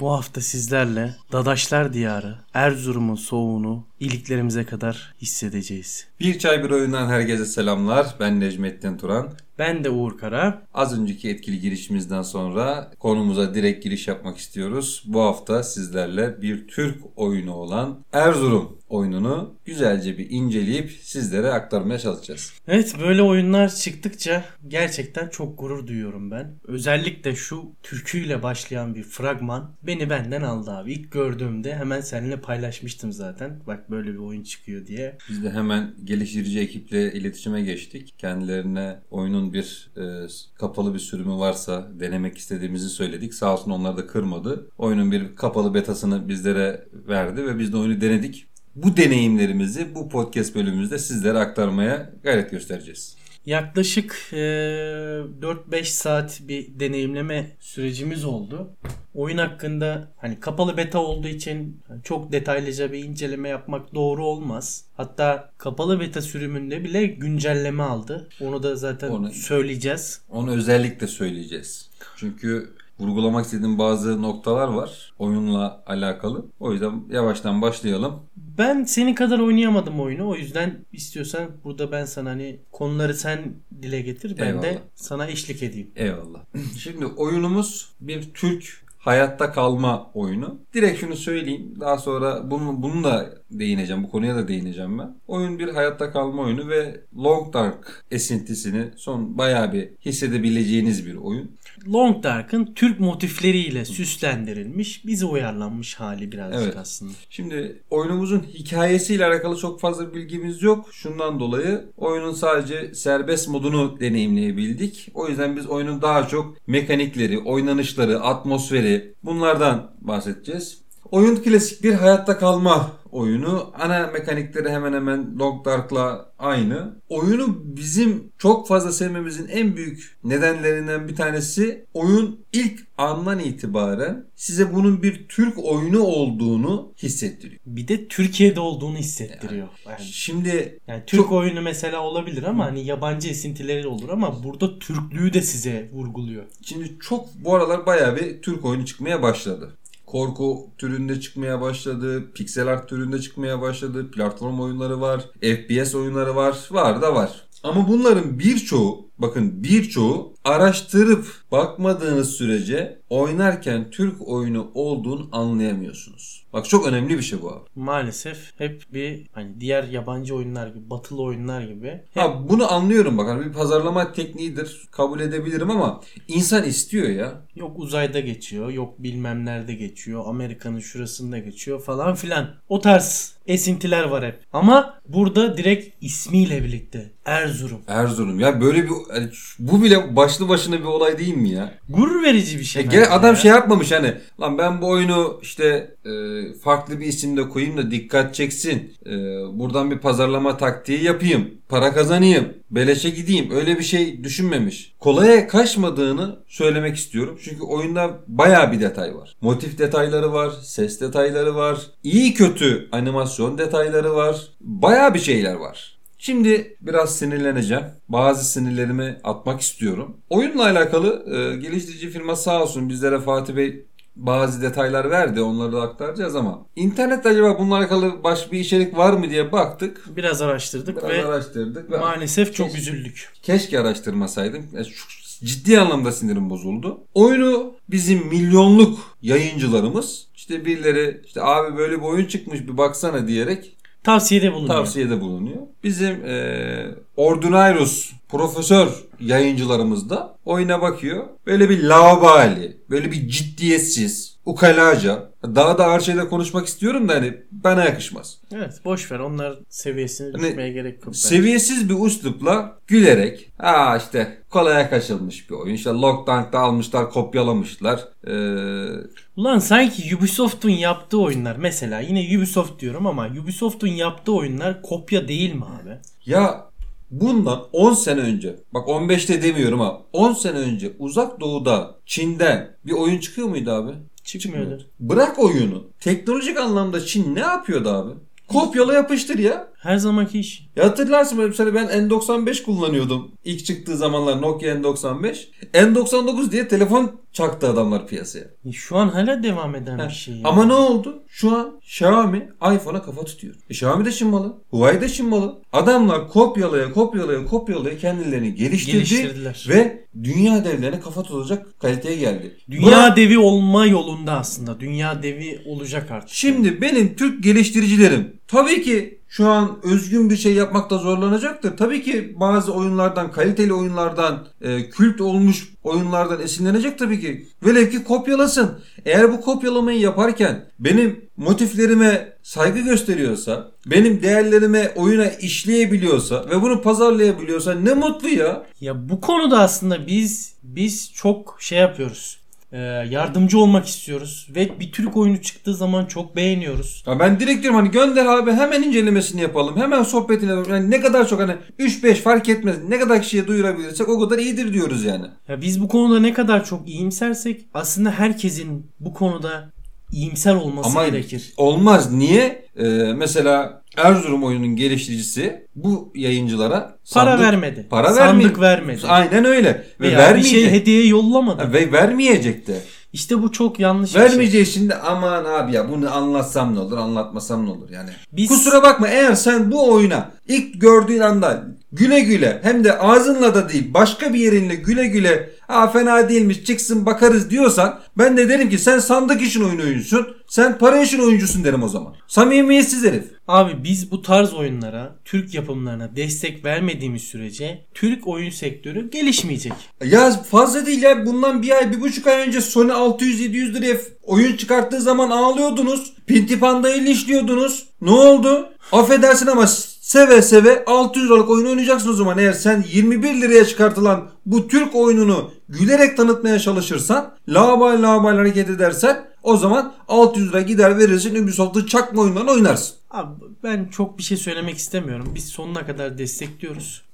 Bu hafta sizlerle Dadaşlar Diyarı, Erzurum'un soğuğunu iliklerimize kadar hissedeceğiz. Bir Çay Bir Oyundan herkese selamlar. Ben Necmettin Turan. Ben de Uğur Kara. Az önceki etkili girişimizden sonra konumuza direkt giriş yapmak istiyoruz. Bu hafta sizlerle bir Türk oyunu olan Erzurum oyununu güzelce bir inceleyip sizlere aktarmaya çalışacağız. Evet böyle oyunlar çıktıkça gerçekten çok gurur duyuyorum ben. Özellikle şu türküyle başlayan bir fragman beni benden aldı abi. İlk gördüğümde hemen seninle paylaşmıştım zaten. Bak böyle bir oyun çıkıyor diye. Biz de hemen geliştirici ekiple iletişime geçtik. Kendilerine oyunun bir e, kapalı bir sürümü varsa denemek istediğimizi söyledik. Sağ olsun onlar da kırmadı. Oyunun bir kapalı betasını bizlere verdi ve biz de oyunu denedik. Bu deneyimlerimizi bu podcast bölümümüzde sizlere aktarmaya gayret göstereceğiz. Yaklaşık eee, 4-5 saat bir deneyimleme sürecimiz oldu. Oyun hakkında hani kapalı beta olduğu için çok detaylıca bir inceleme yapmak doğru olmaz. Hatta kapalı beta sürümünde bile güncelleme aldı. Onu da zaten Onu- söyleyeceğiz. Onu özellikle söyleyeceğiz. Çünkü vurgulamak istediğim bazı noktalar var oyunla alakalı. O yüzden yavaştan başlayalım. Ben senin kadar oynayamadım oyunu. O yüzden istiyorsan burada ben sana hani konuları sen dile getir. Ben de Eyvallah. sana eşlik edeyim. Eyvallah. Şimdi oyunumuz bir Türk hayatta kalma oyunu. Direkt şunu söyleyeyim. Daha sonra bunu, bunu da değineceğim. Bu konuya da değineceğim ben. Oyun bir hayatta kalma oyunu ve Long Dark esintisini son bayağı bir hissedebileceğiniz bir oyun. Long Dark'ın Türk motifleriyle süslendirilmiş, bize uyarlanmış hali birazcık Evet. aslında. Şimdi oyunumuzun hikayesiyle alakalı çok fazla bilgimiz yok. Şundan dolayı oyunun sadece serbest modunu deneyimleyebildik. O yüzden biz oyunun daha çok mekanikleri, oynanışları, atmosferi bunlardan bahsedeceğiz. Oyun klasik bir hayatta kalma oyunu. Ana mekanikleri hemen hemen Long Dark'la aynı. Oyunu bizim çok fazla sevmemizin en büyük nedenlerinden bir tanesi oyun ilk andan itibaren size bunun bir Türk oyunu olduğunu hissettiriyor. Bir de Türkiye'de olduğunu hissettiriyor. Yani, Şimdi yani Türk oyunu mesela olabilir ama hani yabancı esintileri olur ama burada Türklüğü de size vurguluyor. Şimdi çok bu aralar bayağı bir Türk oyunu çıkmaya başladı. Korku türünde çıkmaya başladı, pixel art türünde çıkmaya başladı, platform oyunları var, FPS oyunları var, var da var. Ama bunların birçoğu, bakın birçoğu araştırıp bakmadığınız sürece oynarken Türk oyunu olduğunu anlayamıyorsunuz. Bak çok önemli bir şey bu abi. Maalesef hep bir hani diğer yabancı oyunlar gibi, batılı oyunlar gibi hep Ha bunu anlıyorum bak hani bir pazarlama tekniğidir kabul edebilirim ama insan istiyor ya. yok uzayda geçiyor, yok bilmem nerede geçiyor, Amerika'nın şurasında geçiyor falan filan. O tarz esintiler var hep. Ama burada direkt ismiyle birlikte Erzurum Erzurum ya böyle bir hani şu- bu bile başlı başına bir olay değil mi ya? Gurur verici bir E şey. gene bence adam ya. şey yapmamış hani lan ben bu oyunu işte e, farklı bir isimle koyayım da dikkat çeksin. E, buradan bir pazarlama taktiği yapayım. Para kazanayım. Beleşe gideyim. Öyle bir şey düşünmemiş. Kolaya kaçmadığını söylemek istiyorum. Çünkü oyunda baya bir detay var. Motif detayları var. Ses detayları var. iyi kötü animasyon detayları var. Baya bir şeyler var. Şimdi biraz sinirleneceğim. Bazı sinirlerimi atmak istiyorum. Oyunla alakalı e, geliştirici firma sağ olsun bizlere Fatih Bey bazı detaylar verdi. Onları da aktaracağız ama internette acaba bununla alakalı baş bir içerik var mı diye baktık. biraz araştırdık Biraz ve araştırdık ve maalesef çok Keşke- üzüldük. keşke araştırmasaydım. Yani şu- Ciddi anlamda sinirim bozuldu. Oyunu bizim milyonluk yayıncılarımız işte birileri işte abi böyle bir oyun çıkmış bir baksana diyerek Tavsiyede bulunuyor. tavsiyede bulunuyor. Bizim eee Ordinarius profesör yayıncılarımız da oyuna bakıyor. Böyle bir lavabali, böyle bir ciddiyetsiz, ukalaca. Daha da ağır şeyler konuşmak istiyorum da hani bana yakışmaz. Evet boş ver onlar seviyesini Hani düşmeye gerek yok. bence. Seviyesiz bir uslupla gülerek aa işte kolaya kaçılmış bir oyun. İşte Lockdown'da almışlar, kopyalamışlar. Ee, Eee Ulan sanki Ubisoft'un yaptığı oyunlar mesela yine Ubisoft diyorum ama Ubisoft'un yaptığı oyunlar kopya değil mi abi? Ya bundan 10 sene önce bak 15'te demiyorum ha 10 sene önce uzak doğuda Çin'den bir oyun çıkıyor muydu abi? Çıkmıyordu. Bırak oyunu. Teknolojik anlamda Çin ne yapıyordu abi? Kopyala yapıştır ya. Her zamanki iş. Ya hatırlarsın böyle mesela ben N95 kullanıyordum. İlk çıktığı zamanlar Nokia N95. N99 diye telefon çaktı adamlar piyasaya. E, Şu an hala devam eden bir şey. ya. Ama ne oldu? Şu an Xiaomi iPhone'a kafa tutuyor. E, Xiaomi de şımmalı. Huawei de şımmalı. Adamlar kopyalaya kopyalaya kopyalaya kendilerini geliştirdi. geliştirdiler. Ve dünya devlerine kafa tutacak kaliteye geldi. Dünya Buna- devi olma yolunda aslında. Dünya devi olacak artık. Şimdi benim Türk geliştiricilerim tabii ki şu an özgün bir şey yapmakta zorlanacaktır. Tabii ki bazı oyunlardan, kaliteli oyunlardan, e, kült olmuş oyunlardan esinlenecek tabii ki. Velev ki kopyalasın. Eğer bu kopyalamayı yaparken benim motiflerime saygı gösteriyorsa, benim değerlerime oyuna işleyebiliyorsa ve bunu pazarlayabiliyorsa ne mutlu ya. Ya bu konuda aslında biz biz çok şey yapıyoruz. Ee, yardımcı olmak istiyoruz ve bir Türk oyunu çıktığı zaman çok beğeniyoruz. Ya ben direkt diyorum hani gönder abi hemen incelemesini yapalım. Hemen sohbetini yapalım. Yani ne kadar çok hani 3-5 fark etmez. Ne kadar kişiye duyurabilirsek o kadar iyidir diyoruz yani. Ya biz bu konuda ne kadar çok iyimsersek aslında herkesin bu konuda iyimser olması Ama gerekir. olmaz. Niye? Ee, mesela Erzurum oyunun geliştiricisi bu yayıncılara Para sandık- vermedi. Para Sandık vermedi. vermedi. Aynen öyle. Ve Veya bir vermeyecek. şey hediye yollamadı. Ha, Ve vermeyecek de. İşte bu çok yanlış bir şey. Vermeyeceği şimdi aman abi ya bunu anlatsam ne olur anlatmasam ne olur yani. Biz- Kusura bakma eğer sen bu oyuna ilk gördüğün anda güle güle hem de ağzınla da değil başka bir yerinle güle güle ha fena değilmiş çıksın bakarız diyorsan ben de derim ki sen sandık işin oyun oyuncusun sen para işin oyuncusun derim o zaman. Samimiyetsiz herif. Abi biz bu tarz oyunlara, Türk yapımlarına destek vermediğimiz sürece Türk oyun sektörü gelişmeyecek. Ya fazla değil ya bundan bir ay bir buçuk ay önce Sony 600-700 liraya f- oyun çıkarttığı zaman ağlıyordunuz. Pinti pandayı işliyordunuz. Ne oldu? Affedersin ama s- seve seve 600 liralık oyun oynayacaksın o zaman. Eğer sen 21 liraya çıkartılan bu Türk oyununu gülerek tanıtmaya çalışırsan labay labay hareket edersen o zaman 600 lira gider verirsin Ubisoft'un çakma oyunlarını oynarsın. Abi ben çok bir şey söylemek istemiyorum. Biz sonuna kadar destekliyoruz.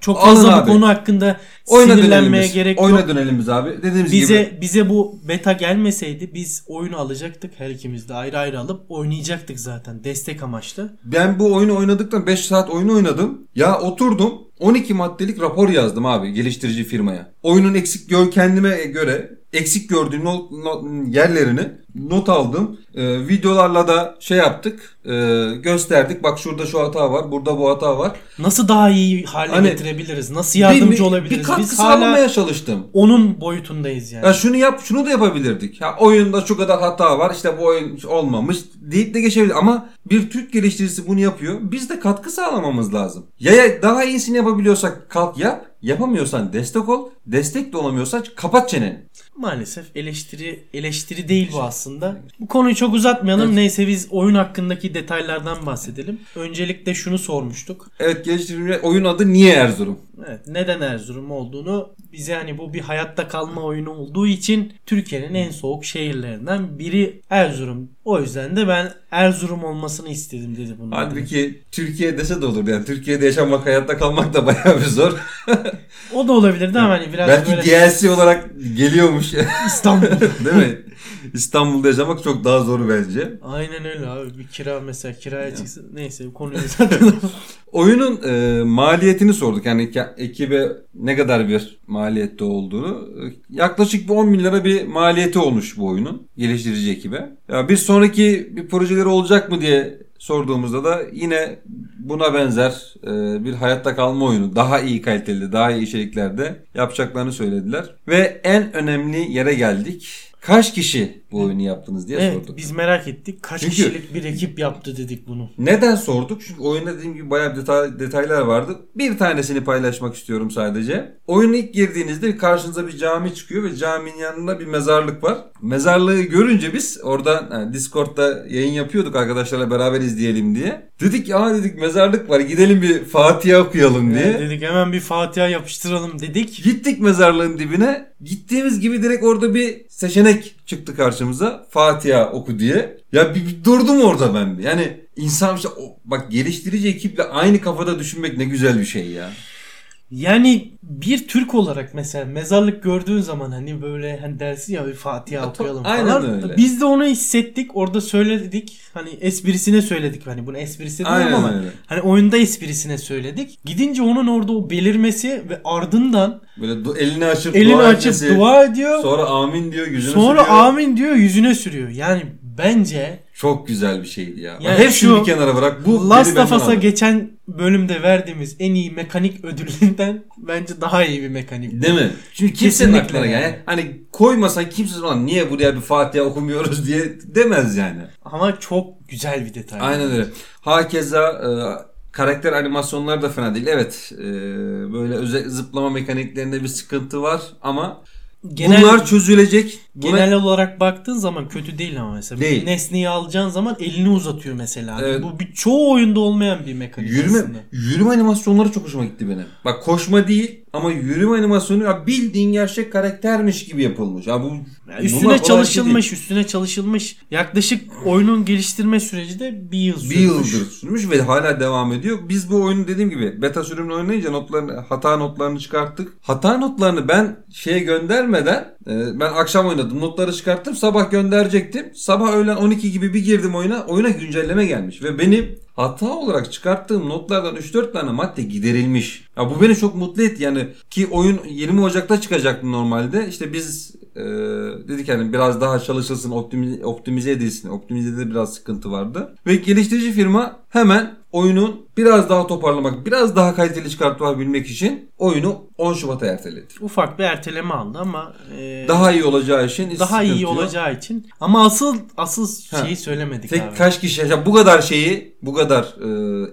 Çok Alın fazla abi. bu konu hakkında Oyna sinirlenmeye dönelimiz. gerek yok. Oyna dönelimiz abi. Dediğimiz gibi. Bize bize bu beta gelmeseydi biz oyunu alacaktık. Her ikimiz de ayrı ayrı alıp oynayacaktık zaten destek amaçlı. Ben bu oyunu oynadıktan 5 saat oyunu oynadım. Ya oturdum 12 maddelik rapor yazdım abi geliştirici firmaya. Oyunun eksik gör kendime göre eksik gördüğüm not- not- yerlerini not aldım. Ee, videolarla da şey yaptık. e, gösterdik. Bak şurada şu hata var. Burada bu hata var. Nasıl daha iyi hale Hani getirebiliriz? Nasıl yardımcı bir, olabiliriz? Bir biz katkı hala sağlamaya çalıştım. onun boyutundayız yani. Ya şunu yap, şunu da yapabilirdik. Ya oyunda şu kadar hata var, işte bu oyun olmamış deyip de geçebilir. Ama bir Türk geliştiricisi bunu yapıyor. Biz de katkı sağlamamız lazım. Ya, ya daha iyisini yapabiliyorsak kalk yap. Yapamıyorsan destek ol. Destek de olamıyorsan kapat çeneni. Maalesef eleştiri eleştiri değil bu aslında. Bu konuyu çok uzatmayalım. Neyse biz oyun hakkındaki detaylardan bahsedelim. Öncelikle şunu sormuştuk. Evet geliştirici oyun adı niye Erzurum? Evet, neden Erzurum olduğunu bize hani bu bir hayatta kalma oyunu olduğu için Türkiye'nin en soğuk şehirlerinden biri Erzurum. O yüzden de ben Erzurum olmasını istedim dedi bunu. Halbuki Türkiye dese de olur yani. Türkiye'de yaşamak, hayatta kalmak da bayağı bir zor. O da olabilirdi ama hani biraz Belki böyle DLC olarak geliyormuş. İstanbul. Değil mi? İstanbul'da yaşamak çok daha zor bence. Aynen öyle abi. Bir kira mesela kiraya çıksın. Neyse bu konuyu zaten Oyunun e, maliyetini sorduk. Yani eke- ekibe ne kadar bir maliyette olduğunu. E, Yaklaşık bir 10 bin lira bir maliyeti olmuş bu oyunun. Geliştirici ekibe. Ya bir sonraki bir projeleri olacak mı diye sorduğumuzda da yine buna benzer e, bir hayatta kalma oyunu. Daha iyi kaliteli, daha iyi içeriklerde yapacaklarını söylediler. Ve en önemli yere geldik. Kaç kişi bu oyunu yaptınız diye Evet sorduk. biz merak ettik. Kaç Çünkü- kişilik bir ekip yaptı dedik bunu. Neden sorduk? Çünkü oyunda dediğim gibi bayağı bir detay, detaylar vardı. Bir tanesini paylaşmak istiyorum sadece. Oyuna ilk girdiğinizde karşınıza bir cami çıkıyor ve caminin yanında bir mezarlık var. Mezarlığı görünce biz oradan ha, Discord'da yayın yapıyorduk arkadaşlarla beraber izleyelim diye. Dedik ki, aa dedik mezarlık var gidelim bir Fatiha okuyalım diye. Evet, dedik hemen bir Fatiha yapıştıralım dedik. Gittik mezarlığın dibine. Gittiğimiz gibi direkt orada bir seçenek çıktı karşımıza. Fatiha oku diye. Ya bir, bir durdum orada ben. bir. Yani insan işte o- bak geliştirici ekiple aynı kafada düşünmek ne güzel bir şey ya. Yani bir Türk olarak mesela mezarlık gördüğün zaman hani böyle hani dersin ya bir Fatiha Ya to- okuyalım aynen falan. öyle. Biz de onu hissettik. Orada söyledik. Hani esprisine söyledik. Hani bunu esprisi değil Aynen ama öyle. hani oyunda esprisine söyledik. Gidince onun orada o belirmesi ve ardından Böyle du- elini açıp elini dua açıp etmesi, dua ediyor. Sonra amin diyor yüzüne Sonra sürüyor. amin diyor yüzüne sürüyor. Yani bence Çok güzel bir şeydi ya. Yani Hepsini şu bir kenara bırak. Bu Last beni of benden Us'a aldı. geçen bölümde verdiğimiz en iyi mekanik ödülünden bence daha iyi bir mekanik. Değil mi? Çünkü kimsenin Kesinlikle aklına yani. yani. Hani koymasan kimse lan niye buraya bir Fatiha okumuyoruz diye demez yani. Ama çok güzel bir detay. Aynen öyle. Hakeza e, karakter animasyonları da fena değil. Evet e, böyle özel zıplama mekaniklerinde bir sıkıntı var ama Genel, bunlar çözülecek. Buna- genel olarak baktığın zaman kötü değil ama mesela. Değil. Bir nesneyi alacağın zaman elini uzatıyor mesela. Hani Evet. Bu bir çoğu oyunda olmayan bir mekanik Yürüme, aslında. yürüme animasyonları çok hoşuma gitti benim. Bak koşma değil ama yürüme animasyonu ya bildiğin gerçek karaktermiş gibi yapılmış. Ya bu Yani bunlar üstüne kolay bir şey çalışılmış, üstüne çalışılmış. Yaklaşık oyunun geliştirme süreci de bir yıl şey sürmüş. değil. bir yıldır sürmüş ve hala devam ediyor. Biz bu oyunu dediğim gibi beta sürümünü oynayınca notlarını, hata notlarını çıkarttık. Hata notlarını ben şeye göndermeden e, ben akşam oynadım. Notları çıkarttım. Sabah gönderecektim. Sabah öğlen 12 gibi bir girdim oyuna. Oyuna güncelleme gelmiş ve benim hata olarak çıkarttığım notlardan 3-4 tane madde giderilmiş. Ya bu beni çok mutlu etti yani ki oyun 20 Ocak'ta çıkacaktı normalde. İşte biz e, dedik yani biraz daha çalışılsın, optimize, optimize edilsin. Optimizede biraz sıkıntı vardı. Ve geliştirici firma hemen oyunun biraz daha toparlamak, biraz daha kaliteli çıkartabilmek için oyunu 10 Şubat'a erteledi. Ufak bir erteleme aldı ama e, Daha iyi olacağı için hiç daha iyi sıkıntı yok. olacağı için. Ama asıl asıl Ha. şeyi söylemedik Tek abi. kaç kişi ya bu kadar şeyi, bu kadar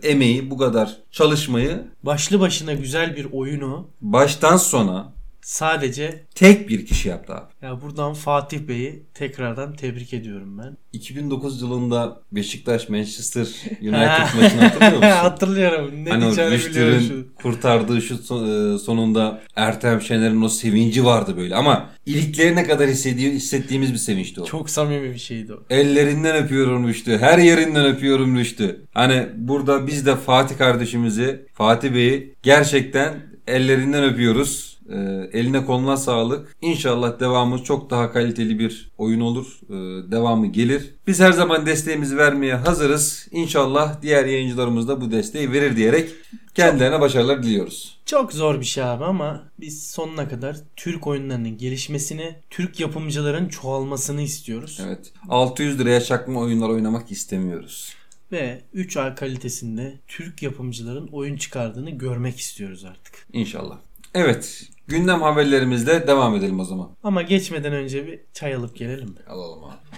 e, emeği, bu kadar çalışmayı Başlı başına güzel bir oyunu baştan sona sadece tek bir kişi yaptı abi. ya buradan Fatih Bey'i tekrardan tebrik ediyorum ben. 2009 yılında Beşiktaş Manchester United maçını hatırlıyor musun? Hatırlıyorum. Ne hani o diyeceğini biliyorum şu. Müşter'in kurtardığı şu son- e, sonunda Ertem Şener'in o sevinci vardı böyle ama iliklerine kadar hissediyor, hissettiğimiz bir sevinçti o. Çok samimi bir şeydi o. Ellerinden öpüyorum Rüştü. Her yerinden öpüyorum Rüştü. Hani burada biz de Fatih kardeşimizi, Fatih Bey'i gerçekten ellerinden öpüyoruz. Ee, eline koluna sağlık. İnşallah devamı çok daha kaliteli bir oyun olur. Ee, devamı gelir. Biz her zaman desteğimizi vermeye hazırız. İnşallah diğer yayıncılarımız da bu desteği verir diyerek kendilerine başarılar diliyoruz. Çok zor bir şey abi ama biz sonuna kadar Türk oyunlarının gelişmesini, Türk yapımcıların çoğalmasını istiyoruz. Evet. 600 liraya çakma oyunlar oynamak istemiyoruz. Ve 3A kalitesinde Türk yapımcıların oyun çıkardığını görmek istiyoruz artık. İnşallah. Evet. Gündem haberlerimizle devam edelim o zaman. Ama geçmeden önce bir çay alıp gelelim mi? Alalım abi.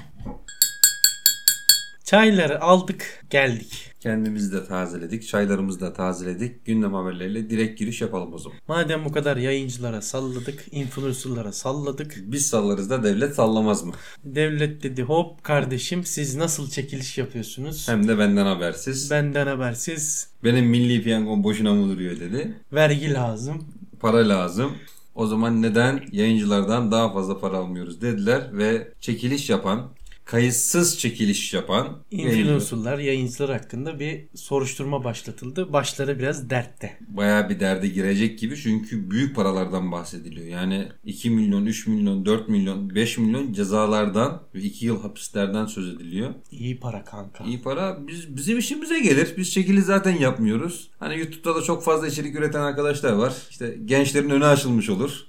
Çayları aldık, geldik. Kendimizi de tazeledik, çaylarımızı da tazeledik. Gündem haberleriyle direkt giriş yapalım o zaman. Madem bu kadar yayıncılara salladık, influencerlara salladık. Biz sallarız da devlet sallamaz mı? Devlet dedi hop kardeşim siz nasıl çekiliş yapıyorsunuz? Hem de benden habersiz. Benden habersiz. Benim milli piyangom boşuna mı duruyor dedi. Vergi lazım. Para lazım. O zaman neden yayıncılardan daha fazla para almıyoruz dediler ve çekiliş yapan, kayıtsız çekiliş yapan yayıncı. Influencerlar, yayıncılar hakkında bir soruşturma başlatıldı. Başları biraz dertte. bayağı bir derde girecek gibi çünkü büyük paralardan bahsediliyor. Yani 2 milyon, 3 milyon, 4 milyon, 5 milyon cezalardan ve 2 yıl hapislerden söz ediliyor. İyi para kanka. İyi para biz bizim işimize gelir. Biz çekili zaten yapmıyoruz. Hani YouTube'da da çok fazla içerik üreten arkadaşlar var. İşte gençlerin önü açılmış olur.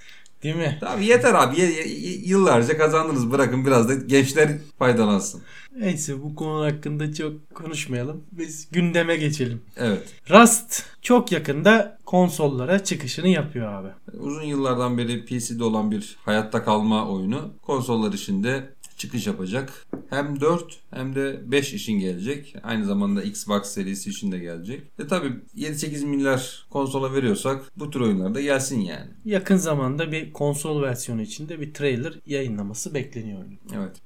Değil mi? Tabii yeter abi. Ye- ye- yıllarca kazandınız. Bırakın biraz da gençler faydalansın. Neyse bu konu hakkında çok konuşmayalım. Biz gündeme geçelim. Evet. Rust çok yakında konsollara çıkışını yapıyor abi. Uzun yıllardan beri PC'de olan bir hayatta kalma oyunu konsollar içinde çıkış yapacak. Hem 4 hem de 5 için gelecek. Aynı zamanda Xbox serisi için de gelecek. E tabi 7-8 milyar konsola veriyorsak bu tür oyunlar da gelsin yani. Yakın zamanda bir konsol versiyonu içinde bir trailer yayınlaması bekleniyor. Evet.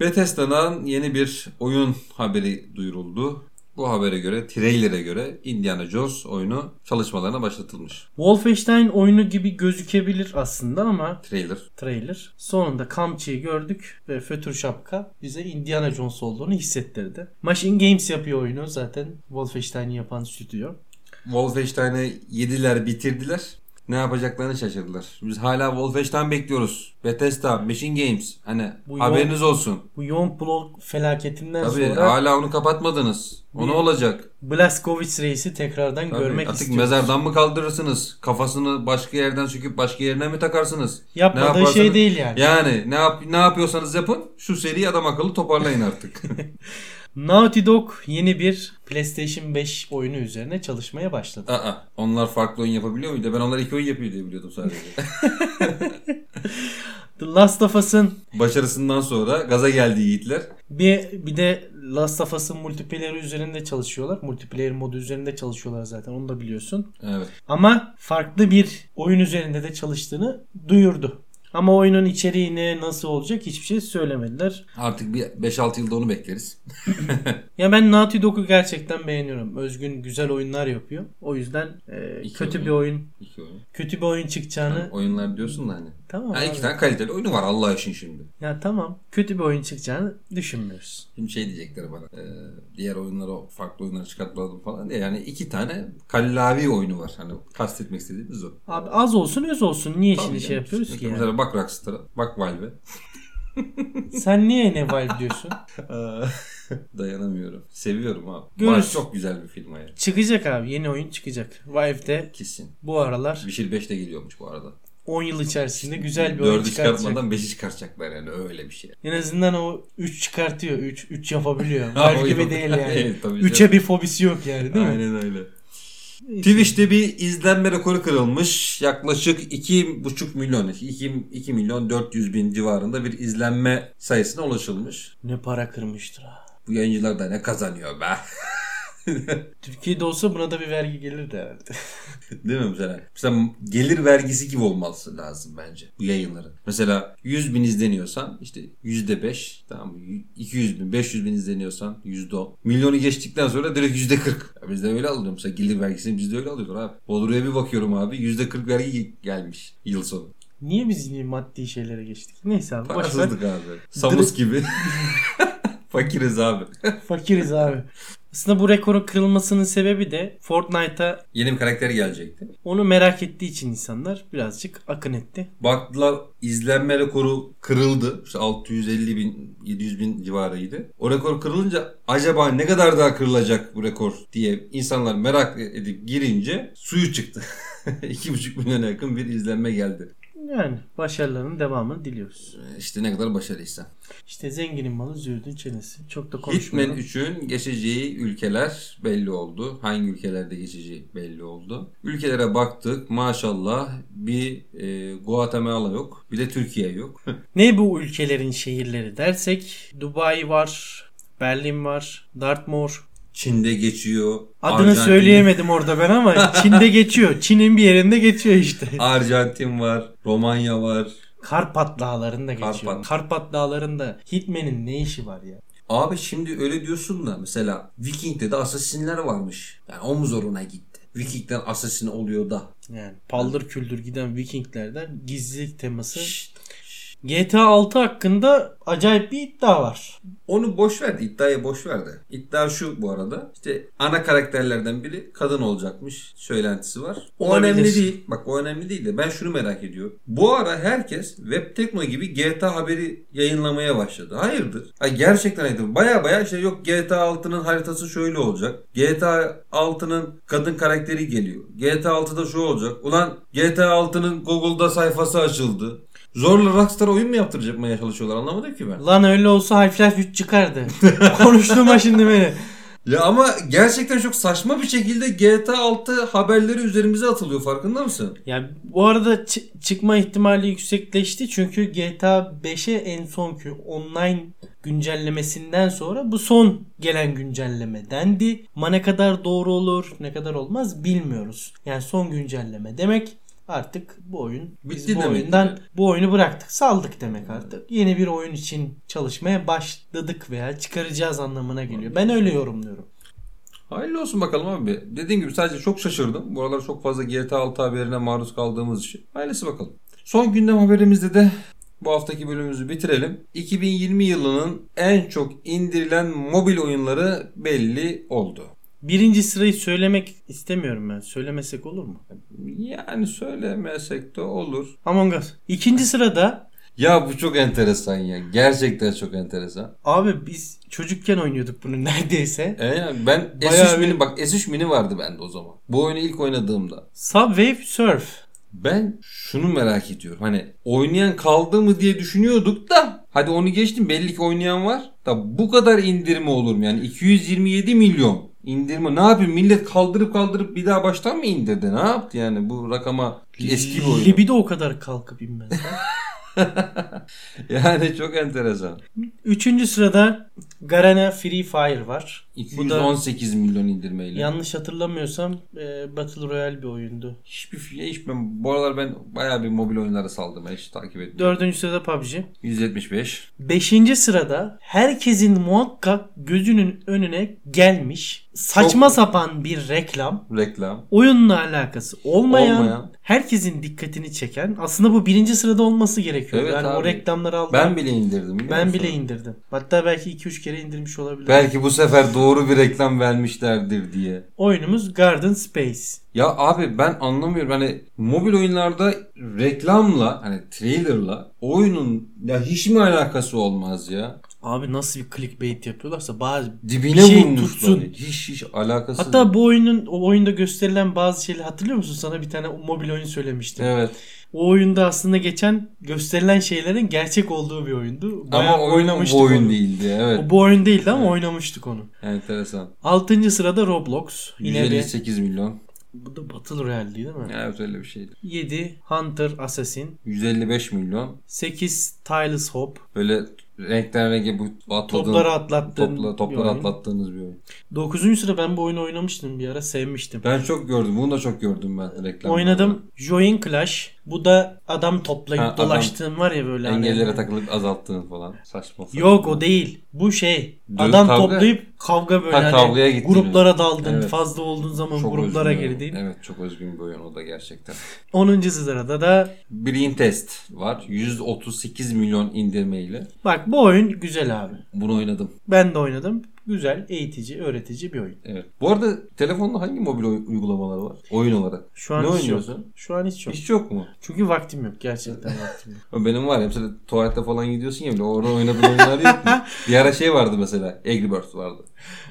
Bethesda'dan yeni bir oyun haberi duyuruldu. Bu habere göre, trailer'e göre Indiana Jones oyunu çalışmalarına başlatılmış. Wolfenstein oyunu gibi gözükebilir aslında ama Trailer. trailer. Sonunda kamçıyı gördük ve fötür şapka bize Indiana Jones olduğunu hissettirdi. Machine Games yapıyor oyunu zaten. Wolfenstein'i yapan stüdyo. Wolfenstein'ı yediler bitirdiler. ne yapacaklarını şaşırdılar. Biz hala Wolfenstein bekliyoruz. Bethesda, Machine Games. Hani Bu haberiniz olsun. Bu yoğun blok felaketinden Tabii sonra hala onu kapatmadınız. O ne Bir- olacak? Blaskovic reisi tekrardan Tabii, görmek Artık istiyoruz. mezardan mı kaldırırsınız? Kafasını başka yerden söküp başka yerine mi takarsınız? Yapmadığı yaparsanız- şey değil yani. Yani ne yap ne yapıyorsanız yapın. Şu seriyi adam akıllı toparlayın artık. Naughty Dog yeni bir PlayStation 5 oyunu üzerine çalışmaya başladı. Aa, onlar farklı oyun yapabiliyor muydu? Ben onlar iki oyun yapıyor diye biliyordum sadece. The Last of Us'ın Başarısından sonra gaza geldi yiğitler. bir, bir de Last of Us'ın multiplayer üzerinde çalışıyorlar. Multiplayer modu üzerinde çalışıyorlar zaten onu da biliyorsun. Evet. Ama farklı bir oyun üzerinde de çalıştığını duyurdu. Ama oyunun içeriği ne nasıl olacak hiçbir şey söylemediler. Artık bir 5-6 yılda onu bekleriz. Ya ben Naughty Dog'u gerçekten beğeniyorum. Özgün güzel oyunlar yapıyor. O yüzden e, İki kötü oyun. bir oyun, İki oyun. kötü bir oyun çıkacağını Yani oyunlar diyorsun da hani. tamam. Ha, abi. iki tane kaliteli oyunu var Allah için şimdi. Ya tamam. Kötü bir oyun çıkacağını düşünmüyoruz. Şimdi şey diyecekler bana. e, diğer oyunlara o farklı oyunları çıkartmadım falan diye. Yani iki tane kallavi oyunu var. Hani kastetmek istediğimiz o. Abi az olsun öz olsun. Niye Tabii şimdi şey canım. yapıyoruz ki Çünkü yani? Mesela bak Rockstar'a, bak Valve. Sen niye ne Valve diyorsun? Ee, Dayanamıyorum. Seviyorum abi. Görürsün. Valve çok güzel bir firma yani. çıkacak abi. Yeni oyun çıkacak. Valve'de Kesin. bu aralar Witcher 5 de geliyormuş bu arada. 10 yıl içerisinde güzel bir oyun Dördü çıkartacak. çıkartmadan 5'i çıkartacaklar yani öyle bir şey. En azından o 3 çıkartıyor. 3 3 yapabiliyor. Ha, Valve o gibi yok. değil yani. evet, tabii 3'e bir fobisi yok yani değil canım. mi? Aynen öyle. Neyse. Twitch'te bir izlenme rekoru kırılmış. Yaklaşık 2,5 milyon, 2, 2 milyon 400 bin civarında bir izlenme sayısına ulaşılmış. Ne para kırmıştır ha. Bu yayıncılar da ne kazanıyor be. Türkiye'de olsa buna da bir vergi gelirdi herhalde. Değil mi mesela? Mesela gelir vergisi gibi olması lazım bence bu yayınların. Mesela 100 bin izleniyorsan işte yüzde beş tamam mı? 200 bin 500 bin izleniyorsan yüzde on. Milyonu geçtikten sonra direkt yüzde kırk. Biz de öyle alıyoruz. Mesela gelir vergisini biz de öyle alıyoruz abi. Bolu'ya bir bakıyorum abi yüzde kırk vergi gelmiş yıl sonu. Niye biz yine maddi şeylere geçtik? Neyse abi boş ver. Parasızlık abi. Samus gibi. Fakiriz abi. Fakiriz abi. Aslında bu rekorun kırılmasının sebebi de Fortnite'a Yeni bir karakter gelecekti. onu merak ettiği için insanlar birazcık akın etti. Baktılar izlenme rekoru kırıldı. İşte 650 bin, 700 bin civarıydı. O rekor kırılınca acaba ne kadar daha kırılacak bu rekor diye insanlar merak edip girince suyu çıktı. 2,5 milyona yakın bir izlenme geldi. Yani başarılarının devamını diliyoruz. Ee, İşte ne kadar başarılıysa. İşte zenginin malı züğürdün çenesi. Çok da Hitman konuşmayalım. 3'ün geçeceği ülkeler belli oldu. Hangi ülkelerde geçeceği belli oldu. Ülkelere baktık. Maşallah bir e, Guatemala yok. Bir de Türkiye yok. Ne bu ülkelerin şehirleri dersek Dubai var, Berlin var, Dartmoor. Çin'de geçiyor. Adını Arjantin- söyleyemedim orada ben ama Çin'de geçiyor. Çin'in bir yerinde geçiyor işte. Arjantin var, Romanya var. Karpat Dağları'nda geçiyor. Karpat. Karpat Dağları'nda Hitman'in ne işi var ya? Abi şimdi öyle diyorsun da mesela Viking'de de asasinler varmış. Yani o mu zoruna gitti? Viking'den asasin oluyor da. Yani paldır küldür giden Vikinglerden gizlilik teması. Şşt. GTA 6 hakkında acayip bir iddia var. Onu boş ver de, iddiayı boş ver de. İddia şu bu arada. İşte ana karakterlerden biri kadın olacakmış söylentisi var. O Olabilir. önemli değil. Bak o önemli değil de ben şunu merak ediyorum. Bu ara herkes Web Tekno gibi GTA haberi yayınlamaya başladı. Hayırdır? Ha, gerçekten hayırdır. Baya baya işte yok GTA 6'nın haritası şöyle olacak. GTA 6'nın kadın karakteri geliyor. GTA 6'da şu olacak. Ulan GTA 6'nın Google'da sayfası açıldı. Zorla Rockstar oyun mu yaptırmaya çalışıyorlar anlamadım ki ben. Lan öyle olsa Half-Life 3 çıkardı. Konuşturma şimdi beni. Ya ama gerçekten çok saçma bir şekilde GTA 6 haberleri üzerimize atılıyor farkında mısın? Ya bu arada çı- çıkma ihtimali yüksekleşti çünkü GTA 5'e en sonki online güncellemesinden sonra bu son gelen güncelleme dendi. Ama ne kadar doğru olur, ne kadar olmaz bilmiyoruz. Yani son güncelleme demek artık bu oyun biz Bitti bu demek oyundan yani. bu oyunu bıraktık, saldık demek artık. Yeni bir oyun için çalışmaya başladık veya çıkaracağız anlamına geliyor. Ben öyle yorumluyorum. Hayırlı olsun bakalım abi. Dediğim gibi sadece çok şaşırdım. Buralar çok fazla GTA 6 haberine maruz kaldığımız için. Hayırlısı bakalım. Son gündem haberimizde de bu haftaki bölümümüzü bitirelim. 2020 yılının en çok indirilen mobil oyunları belli oldu. Birinci sırayı söylemek istemiyorum ben. Söylemesek olur mu? Yani söylemesek de olur. Among Us. İkinci sırada Ya bu çok enteresan ya. Gerçekten çok enteresan. abi biz çocukken oynuyorduk bunu neredeyse. E yani ben Bayağı S3 bir- mini bak S3 mini vardı bende o zaman. Bu oyunu ilk oynadığımda. Subway Surf. Ben şunu merak ediyorum. Hani oynayan kaldı mı diye düşünüyorduk da hadi onu geçtim belli ki oynayan var. Da bu kadar indirme olur mu? Yani 227 milyon indirme. Ne yapayım millet kaldırıp kaldırıp bir daha baştan mı indirdi? Ne yaptı yani bu rakama eski bir oyun. Libido o kadar kalkıp inmez. Yani çok enteresan. Üçüncü sırada Garena Free Fire var. Bu da 218 milyon indirmeyle. yanlış hatırlamıyorsam e, Battle Royale bir oyundu. Hiçbir şey hiç ben bu aralar ben bayağı bir mobil oyunlara saldım. Ben hiç takip etmiyorum. Dördüncü sırada PUBG. 175. Beşinci sırada herkesin muhakkak gözünün önüne gelmiş saçma Çok- sapan bir reklam. Reklam. Oyunla alakası olmayan, Olmayan. herkesin dikkatini çeken. Aslında bu birinci sırada olması gerekiyor. Evet yani o abi. reklamları aldım. Ben bile indirdim. biliyor Ben musun? bile indirdim. Hatta belki 2-3 kere indirmiş olabilirim. Belki bu sefer doğru bir reklam vermişlerdir diye. Oyunumuz Garden Space. Ya abi ben anlamıyorum. Hani mobil oyunlarda reklamla hani trailerla oyunun ya hiç mi alakası olmaz ya? Abi nasıl bir clickbait yapıyorlarsa bazı Dibine Bir şey vurmuşlar. tutsun. Hiç hiç alakası Hatta bu oyunun o oyunda gösterilen bazı şeyleri hatırlıyor musun? Sana bir tane mobil oyun söylemiştim. Evet. O oyunda aslında geçen gösterilen şeylerin gerçek olduğu bir oyundu. Bayağı Ama oyun bu oynamıştık oyun onu. değildi. Evet. O bu oyun değildi ama Evet. oynamıştık onu. Enteresan. Altıncı sırada Roblox. Yine bir, 158 milyon. bu da Battle Royale değil mi? Evet öyle bir şeydi. 7 Hunter Assassin. 155 milyon. 8 Tireless Hope. Böyle renkler rengi bu atladığın, Topları atlattın. topla, bir topları oyun. atlattığınız bir oyun. 9. sıra ben bu oyunu oynamıştım bir ara sevmiştim. Ben çok gördüm. Bunu da çok gördüm ben reklamda. Oynadım Join Clash. Bu da adam toplayıp Ha, adam. dolaştığın var ya böyle. hani- Engellere takılıp azalttığın falan. Saçma sapan. Yok o değil. Bu şey. Dö- adam kavga. toplayıp kavga böyle. Ha, hani kavgaya gittiniz. Gruplara daldın. Evet. Fazla olduğun zaman Çok gruplara özgün bir oyun. girdin. Evet çok özgün bir oyun o da gerçekten. 10. sırada da Brain Test var. 138 milyon indirmeyle. bak bu oyun güzel abi. Bunu oynadım. Ben de oynadım. Güzel, eğitici, öğretici bir oyun. Evet. Bu arada telefonda hangi mobil oy- uygulamalar var? Oyun olarak. Şu an Ne hiç oynuyorsun? yok. Şu an hiç yok. Hiç yok mu? Çünkü vaktim yok. Gerçekten vaktim yok. Benim var ya mesela tuvalette falan gidiyorsun ya bile orada oynadığın oyunlar yok mu? Bir ara şey vardı mesela Angry Birds vardı.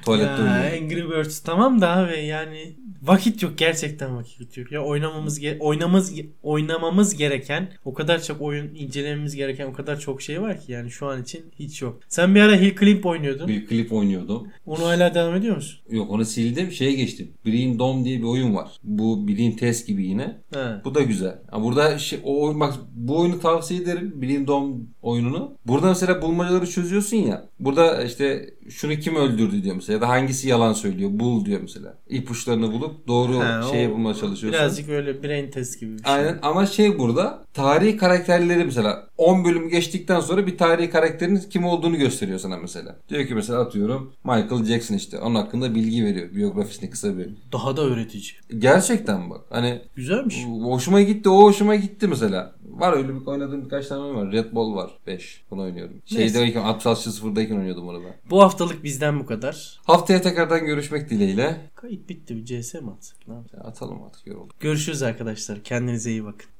Tuvalette ya, oynuyorduk. Angry Birds tamam da abi yani vakit yok gerçekten vakit yok. Ya oynamamız ge- oynamamız ge- oynamamız gereken o kadar çok oyun incelememiz gereken o kadar çok şey var ki yani şu an için hiç yok. Sen bir ara Hill Climb oynuyordun. Bir klip oynuyordum. Onu hala devam ediyor musun? Yok onu sildim şeye geçtim. Brain Dome diye bir oyun var. Bu Brain Test gibi yine. He. Bu da güzel. Ha, burada şey, o oyun bak bu oyunu tavsiye ederim. Brain Dome oyununu. Burada mesela bulmacaları çözüyorsun ya. Burada işte şunu kim öldürdü diyor mesela ya da hangisi yalan söylüyor. Bul diyor mesela. İpuçlarını bulup doğru He, o şeyi bulmaya çalışıyorsun. Birazcık öyle brain test gibi bir şey. Aynen ama şey burada tarihi karakterleri mesela 10 bölüm geçtikten sonra bir tarihi karakterin kim olduğunu gösteriyor sana mesela. Diyor ki mesela atıyorum Michael Jackson işte onun hakkında bilgi veriyor biyografisini kısa bir. Daha da öğretici. Gerçekten bak hani Güzelmiş. hoşuma gitti o hoşuma gitti mesela. Var öyle bir oynadığım birkaç tane oyun var. Red Ball var 5 bunu oynuyorum. Şeydeyken 66-0'dayken oynuyordum onu ben. Bu haftalık bizden bu kadar. Haftaya tekrardan görüşmek dileğiyle. Kayıt bitti. Bir CS mi atsak? Ne yapsak? Atalım artık yoruldum. Görüşürüz arkadaşlar. Kendinize iyi bakın.